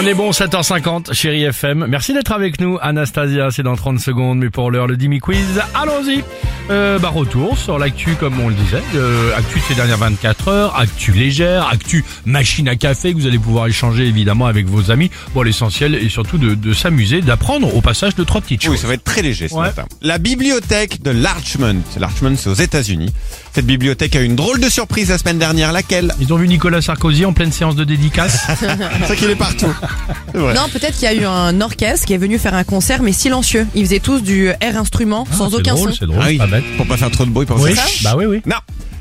On est bon, 7h50, chérie FM. Merci d'être avec nous, Anastasia. C'est dans 30 secondes, mais pour l'heure, le Dimi Quiz. Allons-y. Euh, bah, retour sur l'actu, comme on le disait. Euh, actu de ces dernières 24 heures, actu légère, actu machine à café que vous allez pouvoir échanger, évidemment, avec vos amis. Bon, l'essentiel est surtout de, de s'amuser, d'apprendre au passage de trois petites Oui, choses. ça va être très léger ce Ouais. matin. La bibliothèque de Larchmont. Larchmont, c'est aux États-Unis. Cette bibliothèque a eu une drôle de surprise la semaine dernière. Laquelle Ils ont vu Nicolas Sarkozy en pleine séance de dédicace. C'est vrai qu'il est partout. C'est vrai. Non, Ah, peut-être qu'il y a eu un orchestre qui est venu faire un concert, mais silencieux. Ils faisaient tous du air instrument, sans c'est aucun drôle, son. c'est drôle, Ah oui, pas bête. Pour pas faire trop de bruit pour Oui, ça. bah oui, oui. Non.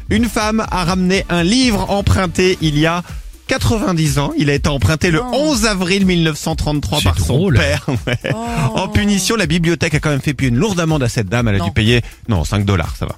Une femme a ramené un livre emprunté il y a 90 ans. Il a été emprunté Oh. le 11 avril 1933 C'est par drôle. son père. Ouais. Oh. En punition, la bibliothèque a quand même fait payer une lourde amende à cette dame. Elle a Non. dû payer, non, 5 dollars, ça va.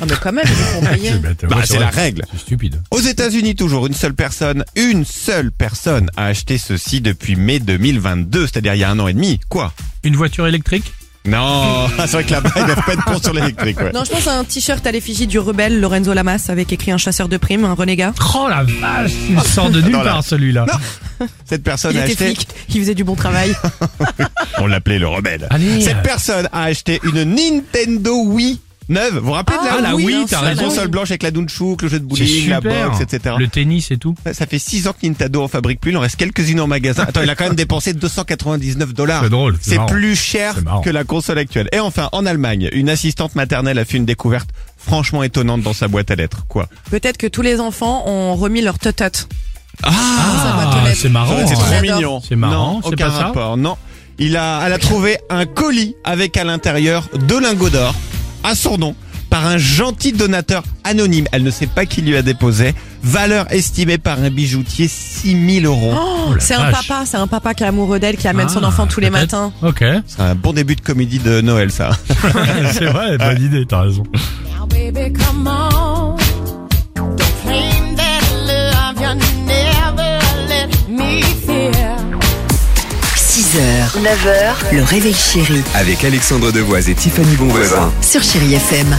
Ah, mais quand même, ils font payer. C'est bête, Bah, ouais, c'est la vrai. règle. C'est stupide. Aux États-Unis, toujours une seule personne, une seule personne a acheté ceci depuis mai 2022, c'est-à-dire il y a un an et demi. Quoi Une voiture électrique Non, c'est vrai que là-bas, ils doivent pas être pour sur l'électrique. Ouais. Non, je pense à un t-shirt à l'effigie du rebelle Lorenzo Lamas avec écrit un chasseur de primes, un renégat. Oh la vache, il sort de nulle Attends, Ah, là. part celui-là. Cette personne Il a était acheté, flic, il faisait du bon travail. on l'appelait le rebelle. Allez. Cette personne a acheté une Nintendo Wii neuve. Vous vous rappelez de la, Ah, la Wii Wii, bien t'as sûr. La raison. console blanche avec la Nunchuk, le jeu de bowling, la boxe, etc. Le tennis et tout. Ça fait 6 ans que Nintendo en fabrique plus, il en reste quelques-unes en magasin. Attends, il a quand même dépensé 299 dollars. C'est drôle, c'est C'est marrant. plus cher C'est marrant. que la console actuelle. Et enfin, en Allemagne, une assistante maternelle a fait une découverte franchement étonnante dans sa boîte à lettres. Quoi Peut-être que tous les enfants ont remis leur totote. Ah, va te l'être. c'est marrant. C'est trop J'adore. mignon. C'est marrant, Non, c'est aucun pas ça rapport. Non. Il a, elle a trouvé un colis avec à l'intérieur deux lingots d'or à son nom par un gentil donateur anonyme. Elle ne sait pas qui lui a déposé. Valeur estimée par un bijoutier 6000 euros. Oh la c'est un vache. papa, c'est un papa qui est amoureux d'elle, qui amène son Ah, enfant tous les peut-être. matins. Ok, C'est un bon début de comédie de Noël, ça. c'est vrai, bonne idée, t'as raison. Now, Oh, baby, come on. Don't claim that love you never let me feel. 6h, 9h, le réveil chéri Avec Alexandre Devoise et Tiffany Bonvoisin. sur Chéri FM.